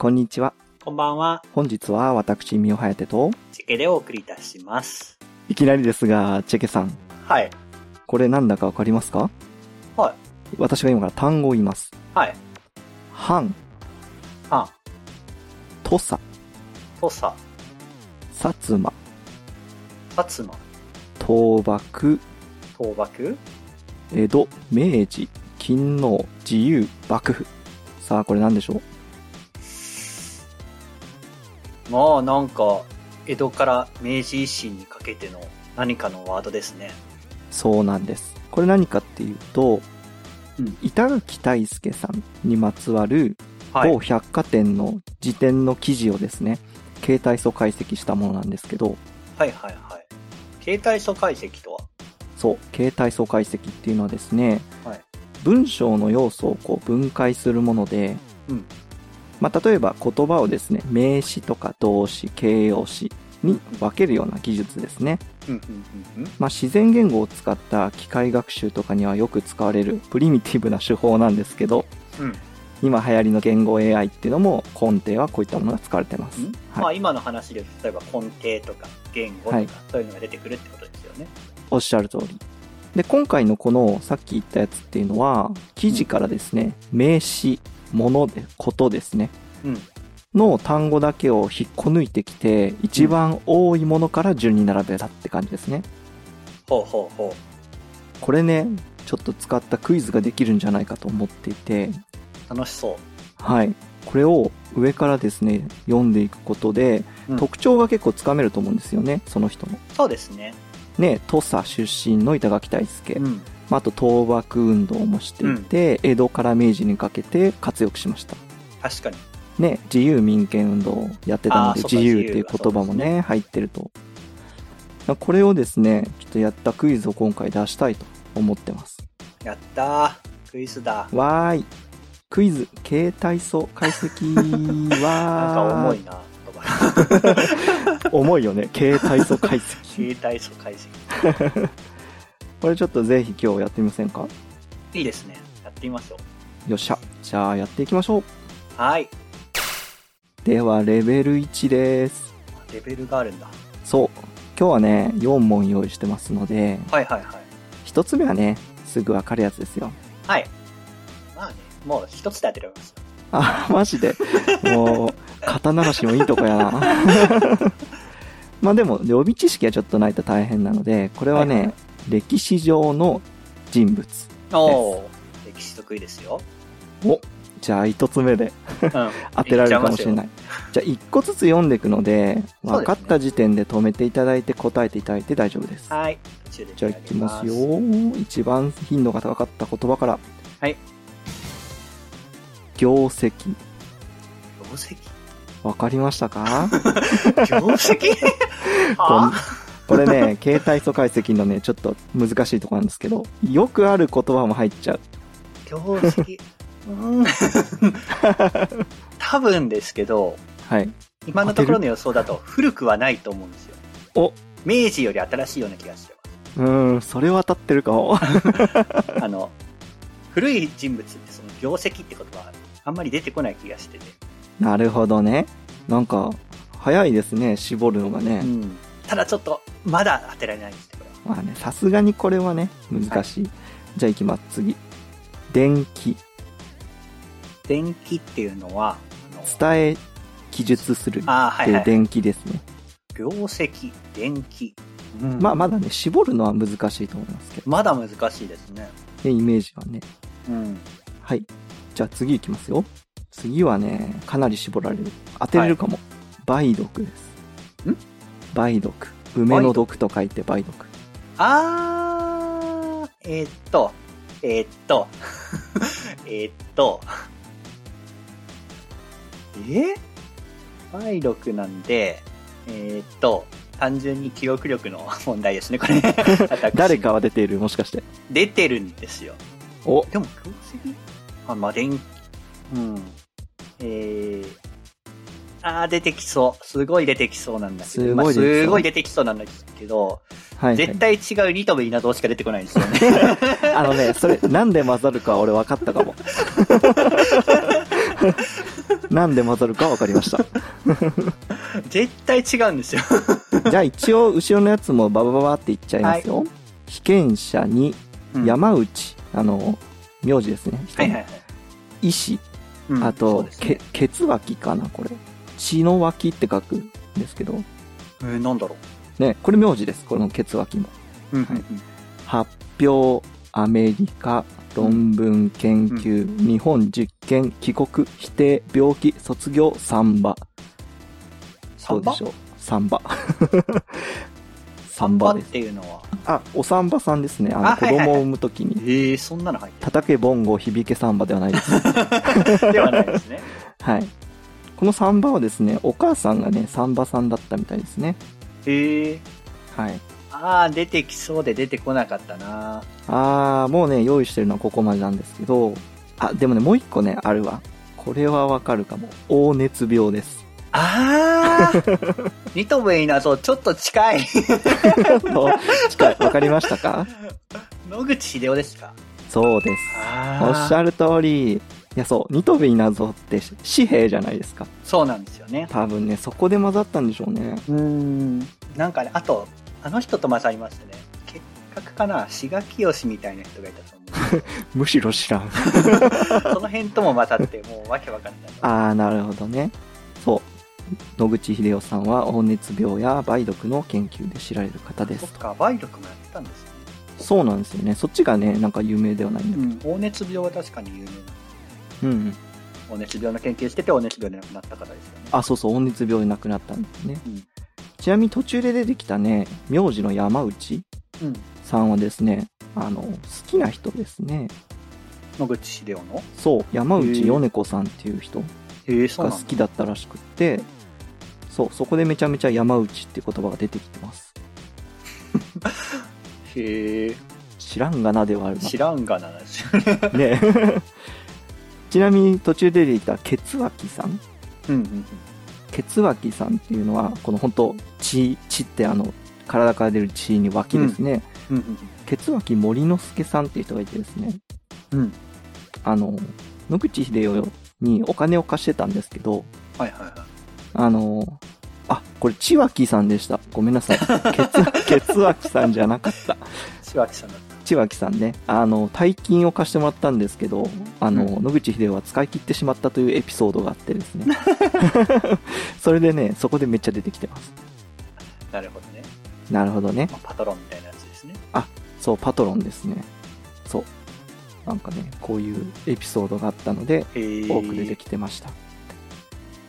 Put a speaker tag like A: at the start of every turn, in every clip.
A: こんにちは。
B: こんばんは、
A: 本日は私、ミオハヤテと、
B: チェケでお送りいたします。
A: いきなりですが、チェケさん、
B: はい。
A: これなんだかわかりますか。
B: はい
A: 私が今から単語を言います。
B: はい。
A: ハン、
B: あ、
A: トサ、
B: とさ、
A: サツマ、
B: さつま、
A: 倒幕、
B: 倒幕、
A: 江戸、明治、勤王、自由、幕府。さあ、これなんでしょう
B: まあなんか、江戸から明治維新にかけての何かのワードですね。
A: そうなんです。これ何かっていうと、
B: うん
A: 板垣大介さんにまつわる
B: はい。
A: 某百貨店の辞典の記事をですね、携帯素解析したものなんですけど、
B: はいはいはい。携帯素解析とは
A: そう、携帯素解析っていうのはですね、
B: はい
A: 文章の要素をこう分解するもので、
B: うん
A: まあ、例えば言葉をですね、名詞とか動詞、形容詞に分けるような技術ですね。
B: うんうんうんうん。
A: まあ、自然言語を使った機械学習とかにはよく使われるプリミティブな手法なんですけど、
B: うん
A: 今流行りの言語 AI っていうのも根底はこういったものが使われてます。
B: ん
A: はい
B: まあ今の話で例えば根底とか言語とか、
A: はい
B: そういうのが出てくるってことですよね。
A: おっしゃる通り。で、今回のこのさっき言ったやつっていうのは、記事からですね、名詞、もので、ことですね、
B: うん。
A: の単語だけを引っこ抜いてきて、一番多いものから順に並べたって感じですね。
B: ほうほうほ
A: これね、ちょっと使ったクイズができるんじゃないかと思っていて、
B: う。楽しそう。
A: はい。これを上からですね、読んでいくことで、
B: うん
A: 特徴が結構つかめると思うんですよね、その人の。
B: そうですね。
A: ね、土佐出身の板垣大輔。
B: うん。
A: まあ、あと倒幕運動もしていて、江戸から明治にかけて活躍しました。
B: 確かに。
A: ね、自由民権運動をやってたの
B: あー
A: で、
B: そっ
A: 自
B: か
A: 由っていう言葉もね、入ってると。これをですね、ちょっとやったクイズを今回出したいと思ってます。
B: やったー。クイズだ。
A: わーい。クイズ、携帯素解 析
B: なんか
A: わ
B: 重
A: ー
B: い
A: い。
B: な、言葉。
A: 重いよね、携帯素解析。
B: 携帯素解析。
A: これちょっとぜひ今日やってみませんか
B: いいですね。やってみましょう。
A: よっしゃ。じゃあやっていきましょう。
B: はい。
A: では、レベル1です。
B: レベルがあるんだ。
A: そう。今日はね、4問用意してますので、
B: はいはいはい。
A: 1つ目はね、すぐわかるやつですよ。
B: はい。まあね、もう一つで当てられます。
A: あ、マジで。もう、肩慣らしもいいとこやな。 まあでも、予備知識はちょっとないと大変なので、これはね、
B: はいはい
A: 歴史上の人物。
B: おー。歴史得意ですよ。
A: じゃあ、1つ目で
B: うん。。
A: 当てられるかもしれないい。じゃあ、1個ずつ読んでいくので、
B: ね
A: 分かった時点で止めていただいて答えていただいて大丈夫です。
B: はい。途中で
A: じゃあ行きますよ
B: やり。
A: 一番頻度が高かった言葉から。
B: はい。
A: 業績。
B: ます。
A: わかりました か
B: 業 績業績
A: こん
B: は
A: これね、携帯素解析のね、ちょっと難しいところなんですけど、よくある言葉も入っちゃう。
B: 業績。う ーん。多分ですけど、
A: はい。
B: 今のところの予想だと古くはないと思うんですよ。
A: お
B: 明治より新しいような気がしてます。
A: うーん、それは当たってるか も。
B: あの、古い人物ってその業績って言葉はあんまり出てこない気がしてて。
A: なるほどね。なんか、早いですね、絞るのがね。
B: うんただちょっと、まだ当てられないですね、これは。
A: まあね、さすがにこれはね、難しい。じゃあ行きます、次。電気、
B: 電気っていうのは、あの
A: 伝え、記述するっ
B: あーは
A: て
B: い
A: い
B: は
A: う
B: い。
A: 電気ですね。
B: 業績、電気。うん
A: まあまだね、絞るのは難しいと思いますけど。
B: まだ難しいですね。
A: ねイメージはね。
B: うん。
A: はい。じゃあ次いきますよ。次はね、かなり絞られる。当てれるかも。梅毒です。
B: ん
A: 梅毒。梅の毒と書いて梅毒。
B: あー、えーっと、えーっと、 えーっと、え梅毒なんで、えーっと、単純に記憶力の問題ですね、こ れ。私
A: 誰かは出ている、もしかして。
B: 出てるんですよ。
A: お、
B: でも、強績あ、まあ、電気。うん。えー、あー、出てきそう。すごい出てきそうなんだけ
A: す
B: ど。
A: ごい
B: まあ
A: 出てきそう
B: すごい出てきそうなんだけど、
A: はい、はい。
B: 絶対違うニトベイナゾウしか出てこないんですよね。
A: あのね、それ、なんで混ざるか俺分かったかも。 なんで混ざるか分かりました。
B: 絶対違うんですよ。
A: じゃあ一応、後ろのやつもババババっていっちゃいますよ。被験者に、
B: うん
A: 山内、あの、名字ですね。
B: はいはいはい。
A: 医師、
B: うん
A: あ
B: そ
A: と、
B: うですね
A: け、血脇かな、これ。血の脇って書くんですけど。
B: えー、なんだろ
A: ね、これ名字です、この血脇も。
B: う。うん、
A: はい発表、アメリカ、論文、研究、日本、実験、帰国、否定、病気、卒業、サンバ。
B: サ
A: そう
B: ン
A: で
B: バ
A: しょう。サンバ。
B: サ
A: サ
B: ン
A: ン
B: バ
A: バ
B: っ
A: です。
B: ていうのは。
A: あ、おサンバさんですね。あの、
B: あ
A: 子
B: はいはいはい
A: 供を産むときに。
B: ええー、そんなの入って
A: 叩けボンゴ響けサンバではないです。
B: る。ではないですね。
A: はい。このサンバはですね、お母さんがね、サンバさんだったみたいですね。
B: ええー。
A: はい。
B: ああ、出てきそうで出てこなかったな。
A: あー、もうね、用意してるのはここまでなんですけど、あ、でもね、もう一個ね、あるわ。これはわかるかも。黄熱病です。
B: ああニトベイナとちょっと近い。
A: そう近い。わかりましたか
B: 野口秀夫ですか
A: そうです。お
B: あ
A: っし
B: あ。
A: ゃる通り、いや、そう、ニトベイナゾって紙幣じゃないですか。
B: そうなんですよね。
A: 多分ね、そこで混ざったんでしょうね。
B: うん。なんかね、あと、あの人と混ざりましたね。結核かな志賀清みたいな人がいたと思
A: むしろ知らん。
B: う。その辺とも混ざって、もうわけわかんない。
A: ああ、なるほどね。そう。野口英世さんは黄熱病や梅毒の研究で知られる方で
B: そっ
A: す。
B: か、梅毒もやってたんですね。
A: そうなんですよね。そっちがね、なんか有名ではないんだ
B: うん。黄熱病は確かに有名な。
A: うんうん。
B: 黄熱病の研究してて、黄熱病で亡くなった方ですよね。
A: あ、そうそう、黄熱病で亡くなったんですね。
B: うん
A: ちなみに途中で出てきたね、名字の山内
B: うん。
A: さんはですね、あの、好きな人ですね。
B: 野口秀夫の
A: そう、山
B: へえ
A: 内米子さんっていう人
B: へえ、そう
A: が
B: な
A: 好
B: んだ。
A: きだったらしくって、そう、そこでめちゃめちゃ山内って言葉が出てきてます。
B: へえ。
A: 知らんがなではあるな
B: 知。らんがなですよね。
A: ね ちなみに途中で出てきたケツワキさん
B: うんうん
A: ケツワキさんっていうのはこの本当血血ってあの体から出る血に脇ですね、
B: うん。
A: ケツワキ森之助さんっていう人がいてですね
B: うんうん。
A: あの野口英世にお金を貸してたんですけど
B: はいはいは
A: あのあこれ千脇さんでしたごめんなさいケツ ケツワキさんじゃなかった
B: い。千秋さんだった。
A: 千脇さんねあの大金を貸してもらったんですけどあの、野口英世は使い切ってしまったというエピソードがあってですねそれでねそこでめっちゃ出てきてます
B: なるほどね。
A: なるほどね
B: まあ、パトロンみたいなやつですね。
A: そうパトロンですねそうなんかねこういうエピソードがあったので
B: へえ。
A: 多く出てきてました、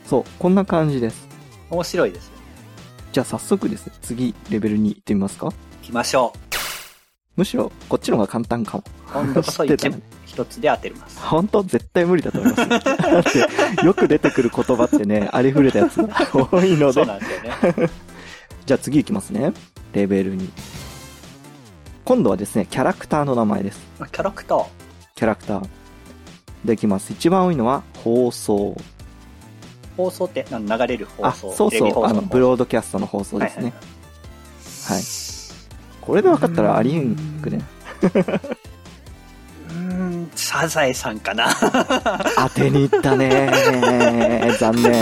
A: そうこんな感じです
B: 面白いですよね。
A: じゃあ早速ですね次レベルに行ってみますか
B: 行きましょ
A: むしろこっちの方が簡単かも
B: う。今度こそ
A: 知って
B: 一
A: たね
B: 問一つで当てます。
A: 本当絶対無理だと思いますよだってよく出てくる言葉ってねありふれたやつが多いの
B: そう
A: で
B: なんですよね。
A: じゃあ次いきますねレベル2今度はですねキャラクターの名前です
B: まあキャラクター。
A: キャラクターできます一番多いのは放送
B: 放送って、なん流れる放
A: あ
B: 送。
A: そう
B: テレビ
A: そう
B: 放
A: あ
B: 送
A: のブロードキャストの放送ですね、
B: はいはい
A: はいこれで分かったらありえんくね
B: うーん、サザエさんかな。
A: 当てに行ったね残 念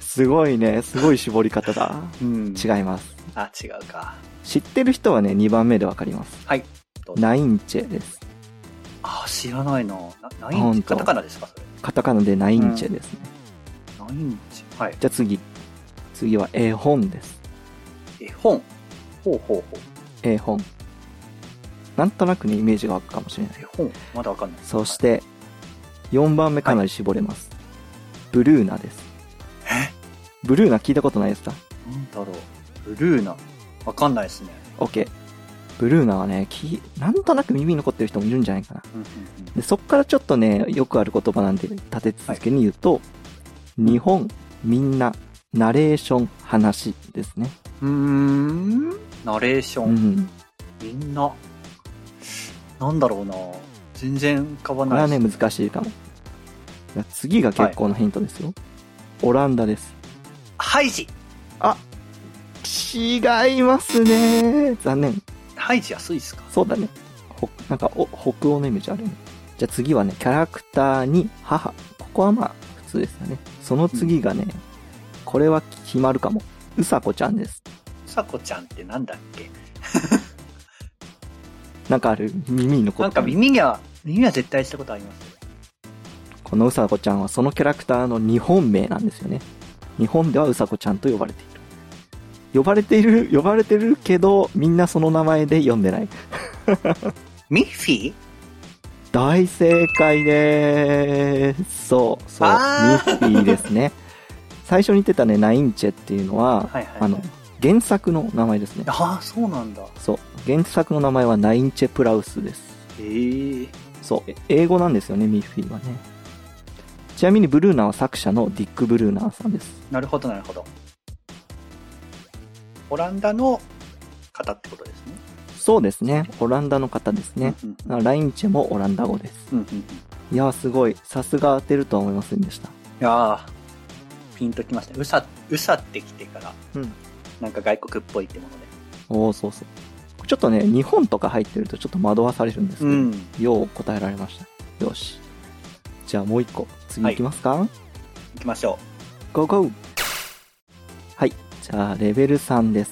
A: すごいねすごい絞り方だ
B: うんう。
A: 違います
B: あ、違うか。
A: 知ってる人はね2番目で分かります
B: はい。
A: ナインチェです
B: あ、知らないな。な、ナイ
A: ほ
B: ン
A: ん
B: カ
A: と
B: タカナですか、それ。
A: カタカナでナインチェですね、
B: ナインチ。はい。
A: じゃあ次次は絵本です
B: 絵本。ほうほうほう。
A: 絵本なんとなくねイメージが湧くかもしれない
B: 絵本まだわかんない。
A: そし。て4番目かなり絞れます、ブルーナですブルーナ聞いたことないですか
B: なんだろう。ブルーナ。わかんないですね。
A: OK ブルーナはねきなんとなく耳に残ってる人もいるんじゃないかな
B: うんうん
A: でそっからちょっとねよくある言葉なんで立て続けに言うと、日本みんなナレーション話ですね、
B: うん。うーん。ナレーショ
A: う
B: ン。
A: ん、
B: みんな。なんだろうな。全然浮かば
A: これ
B: な
A: はいね
B: です。
A: 難しいかもじゃあ次が結構なヒントですよ、オランダです
B: ハイジ。
A: 違いますね残念
B: ハイジはスイスか。
A: そうだね。ほなんかお北欧のイメージあるね。じゃあ次はね、キャラクターに母。ここはまあ、普通ですよね。その次がね、これは決まるかも。うさこちゃんです。
B: さこちゃんってなんだっけ
A: なんかある耳に残
B: な
A: っ
B: んか
A: た。
B: 耳には、耳には絶対したことありますよ。
A: このうさこちゃんはそのキャラクターの日本名なんですよね。日本ではうさこちゃんと呼ばれている。呼ばれている、呼ばれてるけど、みんなその名前で呼んでない。
B: ミッフィー
A: 大正解でーす。そう、そう、ミ
B: あ
A: ッフィーですね。最初に言ってたね、ナインチェっていうのは、
B: はいはい。
A: あの、原作の名前ですね。
B: ああ、そうなんだ。
A: そう、原作の名前はナインチェプラウスです。
B: ええ
A: そう、え英語なんですよね、ミッフィーはね。ちなみにブルーナは作者のディック・ブルーナーさんです。
B: なるほど、なるほど。オランダの方ってことですね。
A: そうですね、オランダの方ですね。
B: うんう
A: あ
B: ん。
A: ラインチェもオランダ語です。
B: うんうんうん。い
A: いやー、すごい。さすが当てるとは思いませんでした。
B: やーピンときました。うさ、うさってきてから、
A: うん。
B: なんか外国っぽいってもので。
A: おお、そうそう。ちょっとね、日本とか入ってるとちょっと惑わされるんですけど、
B: うん。
A: よう答えられました。よし。じゃあもう一個、次行きますか、
B: 行きましょ
A: ゴーゴーはい。じゃあ、レベル3です。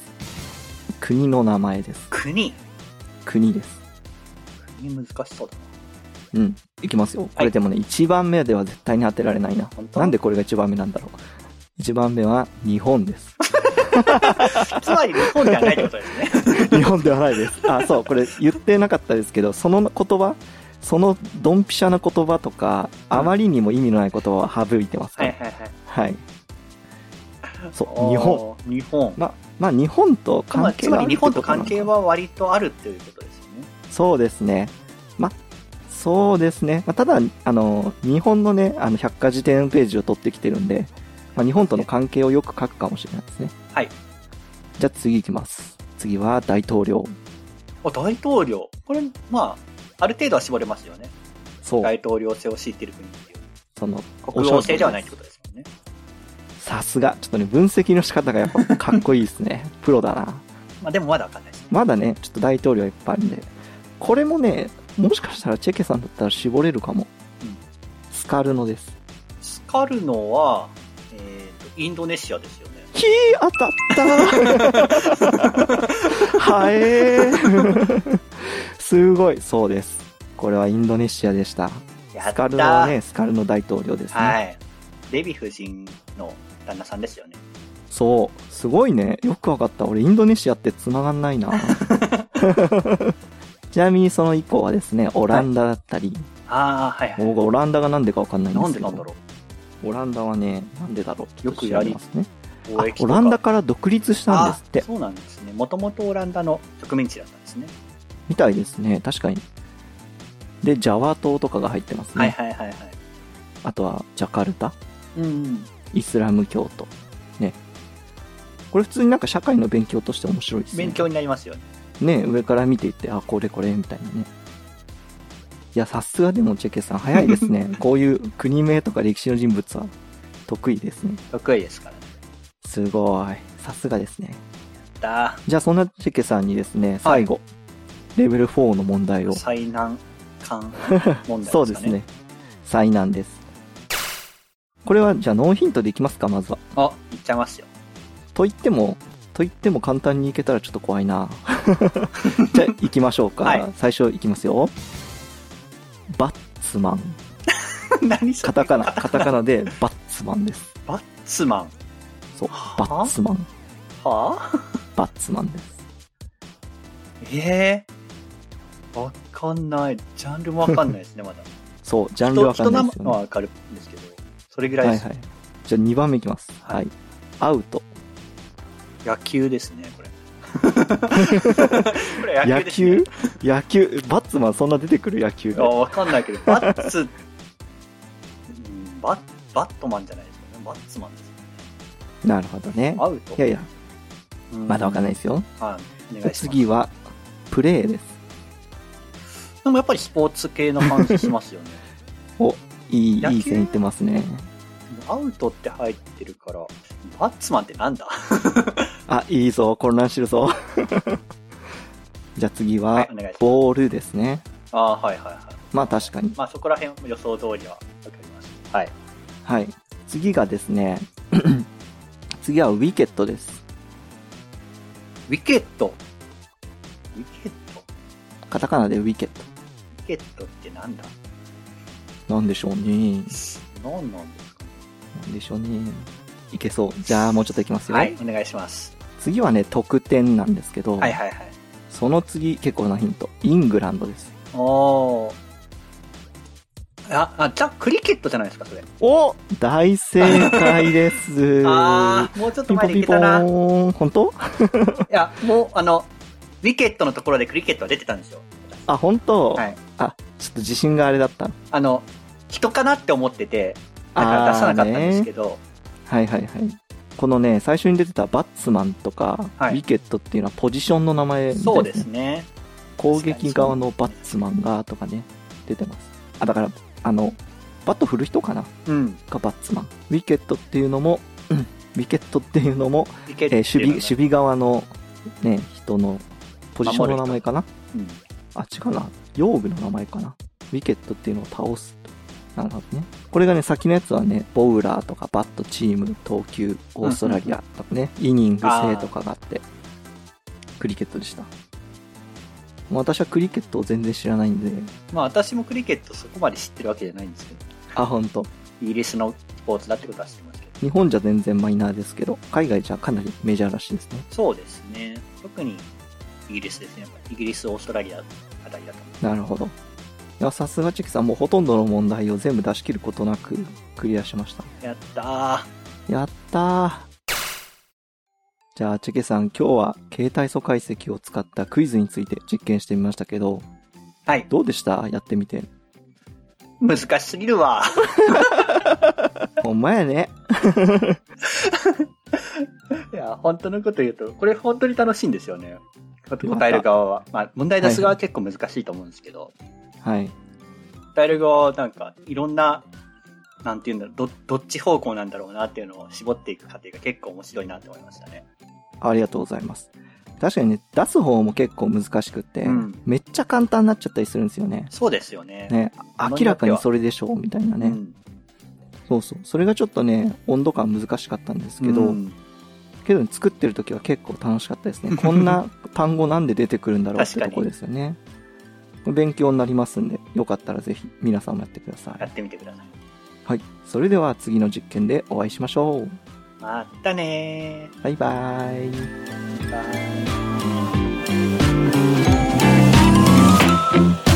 A: 国の名前です
B: う。。国。
A: 国です。
B: 国難しそうだ
A: う
B: な。
A: ん。いきますよ。これでもね、1番目では絶対に当てられないな
B: 本。当
A: なんでこれが1番目なんだろう。1番目は日本です。
B: つまり日本じゃないってことです ね。
A: 日本ではないです。あ、そう、これ言ってなかったですけど、その言葉、そのドンピシャな言葉とか、あまりにも意味のない言葉は省いてますか
B: は
A: ら。
B: いはいはい。
A: はい。そう、日本。
B: 本。日本。
A: ま、まあ、日本と
B: まあ
A: 関係
B: つま
A: はあるっ
B: り
A: て
B: 日
A: こ
B: 本
A: と
B: と
A: かな
B: 関係は割とあるっていうことですよね。
A: そうですね。ま、そうですね。まあ、ただ、あの、日本のね、あの、百科事典ページを取ってきてるんで、まあ、日本との関係をよく書くかもしれないですね。
B: はい。
A: じゃあ次行きます。次は大統領。
B: あ大統領。これ、まあ、ある程度は絞れますよね。
A: そう、
B: 大統領制を敷いてる国っていう。
A: その、
B: 国王制ではないってことですもんね。
A: さすが。ちょっとね、分析の仕方がやっぱかっこいいですね。 プロだな。
B: まあでもまだわかんないですね。
A: まだね、ちょっと大統領いっぱいあるんで。これもね、もしかしたらチェケさんだったら絞れるかも。
B: うん
A: スカルノです。
B: スカルノは、えっ、と、インドネシアですよね。
A: ひー当たったー はえーすごい、そうです。これはインドネシアでした。ス
B: やった
A: カルノはね、スカルノ大統領ですね。
B: はい。デヴィ夫人の旦那さんですよね。
A: そう、すごいね。よくわかった。俺、インドネシアって繋がんない な。ちなみにその以降はですね、オランダだったり、
B: ああ、はいはい。
A: 僕オランダがなんでかわかんないんで
B: なん
A: すけ
B: でな
A: ど、
B: んだろ
A: オランダはね、なんでだろう。
B: よくやり
A: ちょっと調べますね。
B: う。
A: あ
B: 貿易と
A: オ
B: か
A: ランダから独立したんですって
B: あ。そうなんですね。もともとオランダの植民地だったんですね。
A: みたいですね。確かに。で、ジャワ島とかが入ってますね。
B: はいはいはいはい。
A: あとは、ジャカルタ、
B: うん。
A: イスラム教徒。ね。これ普通になんか社会の勉強として面白いですね。
B: 勉強になりますよね。
A: ね、上から見ていって、あ、これこれ、みたいなね。いや、さすがでもチェケさん、早いですね。 こういう国名とか歴史の人物は得意ですね。
B: 得意ですからね。
A: すごい。さすがですね。
B: だ
A: じゃあ、そんなチェケさんにですね、最後、レベル4の問題を。
B: 最難関問題ですかね。
A: そうですね。。災難です。これは、じゃあ、ノーヒントでいきますか、まずは。
B: あ、いっちゃいますよ。
A: と言っても、と言っても簡単にいけたらちょっと怖いな。 じゃあ、行きましょうか。
B: はい
A: 最初行きますよ。バッツマン。
B: 何そ
A: カ
B: れ
A: タカナ、カタカナでバッツマンです。
B: バッツマン。
A: そう、
B: は
A: バッツマン、
B: はあ、
A: バッツマンです。
B: ええわかんない。ジャンルもわかんないですね、まだ。
A: そう、 ジャンルわかんないです
B: 人
A: よ
B: 名前は
A: ね。
B: わかるんですけど、それぐら
A: はいい
B: で
A: はい
B: す。。
A: じゃあ2番目いきます。
B: はい
A: はい。アウト。
B: 野球ですね、 これ。これ
A: 野
B: 野球です、ね。
A: 球野球。バッツマンそんな出てくる野球
B: あ、
A: が。
B: わかんないけど、バッツ、うんバッ、バットマンじゃないですよね。バッツマンですよね。
A: なるほどね。
B: アウト。
A: いやいや、
B: うん
A: まだわかんないですよ。
B: はい。お願いします。
A: 次は、プレーです。
B: でもやっぱりスポーツ系の感じしますよね。
A: いい、
B: 野球
A: いい線いってますね。
B: アウトって入ってるから、バッツマンってなんだ
A: あ、いいぞ、混乱してるぞ。 じゃあ次
B: はい
A: は
B: お願いします、
A: ボールですね。
B: ああ、はいはいはい。
A: まあ確かに。
B: まあそこら辺も予想通りはわかります。はい。
A: はい。次がですね、 次はウィケットです。
B: ウィケット。ウィケット
A: カタカナでウィケッ
B: ウィケットってなんだ
A: ト。なんでしょうね。
B: 何なんですかね
A: なんでしょうね。いけそう。じゃあもうちょっといきますよ。
B: はい、お願いします。
A: 次はね、得点なんですけど、
B: はいはいはい。
A: その次、結構なヒント。イングランドです。
B: おー。あ、あ、じゃあクリケットじゃないですか、それ。。
A: お大正解です
B: あー、もうちょっ
A: ピン
B: と
A: ポ
B: 前
A: ンピ
B: でい
A: ン
B: け
A: ポ
B: たな。い
A: ーン。本当
B: や、もう、あの、ウィケットのところでクリケットは出てたんですよ。
A: あ、本当、
B: はい。
A: あ、ちょっと自信があれだった。
B: あの、人かなって思ってて、だか
A: あ
B: ら出さなかったんですけ
A: ど。
B: ど、
A: はいはいはい。このね、最初に出てたバッツマンとか、
B: はい
A: ウィケットっていうのはポジションの名前みたいですね
B: そうですね。
A: 攻撃側のバッツマンがとかね、出てます。あ、だから、あの、バット振る人かな
B: うん。
A: がバッツマン。ウィケットっていうのも、うん、ウィケットっていうのも、
B: ウィケッ
A: えー
B: トって
A: 守備
B: いうのは
A: 守備側の、ね、人のポジションの名前かな
B: うん
A: あ、違うな。用具の名前かな。ウィケットっていうのを倒すと。なるほどね。これがね、先のやつはね、ボウラーとか、バット、チーム、投球、オーストラリアとかね、イニング制とかがあって、クリケットでした。もう私はクリケットを全然知らないんで、
B: まあ私もクリケットそこまで知ってるわけじゃないんですけど、
A: あ、ほんと。
B: イギリスのスポーツだってことは知ってますけど。
A: 日本じゃ全然マイナーですけど、海外じゃかなりメジャーらしいですね。
B: そうですね。特にイギリスですね。イギリス、オーストラリアあたりだと思う。
A: なるほど。いや、さすがチェキさん、もうほとんどの問題を全部出し切ることなくクリアしました。
B: やったー。
A: やったー。じゃあ、チェケさん、今日は携帯素解析を使ったクイズについて実験してみましたけど、
B: はい。
A: どうでしたやってみて。
B: 難しすぎるわ。
A: ほんまやね。
B: いや、本当のこと言うと、これ本当に楽しいんですよね。答える側は。まあ、問題出す側は結構難しいと思うんですけど、
A: はい。
B: 答える側はなんか、いろんな、なんていうんだろう、ど、どっち方向なんだろうなっていうのを絞っていく過程が結構面白いなって思いましたね。
A: ありがとうございます。確かにね、出す方も結構難しくって、
B: うん
A: めっちゃ簡単になっちゃったりするんですよね。
B: そうですよね。
A: ね、
B: 物
A: 明
B: によ
A: ら
B: っ
A: か
B: ては
A: にそれでしょうみたいなね、
B: うん。
A: そうそう。それがちょっとね、温度感難しかったんですけど、
B: うん
A: けどね作ってる時は結構楽しかったですね。こんな単語なんで出てくるんだろうって
B: 確か
A: とこ
B: に
A: ですよね。勉強になりますんで、よかったらぜひ皆さんもやってくださ
B: や
A: い。
B: ってみてください。
A: はい。それでは次の実験でお会いしましょう。
B: またね
A: バイバーイ。
B: ー。バイバイ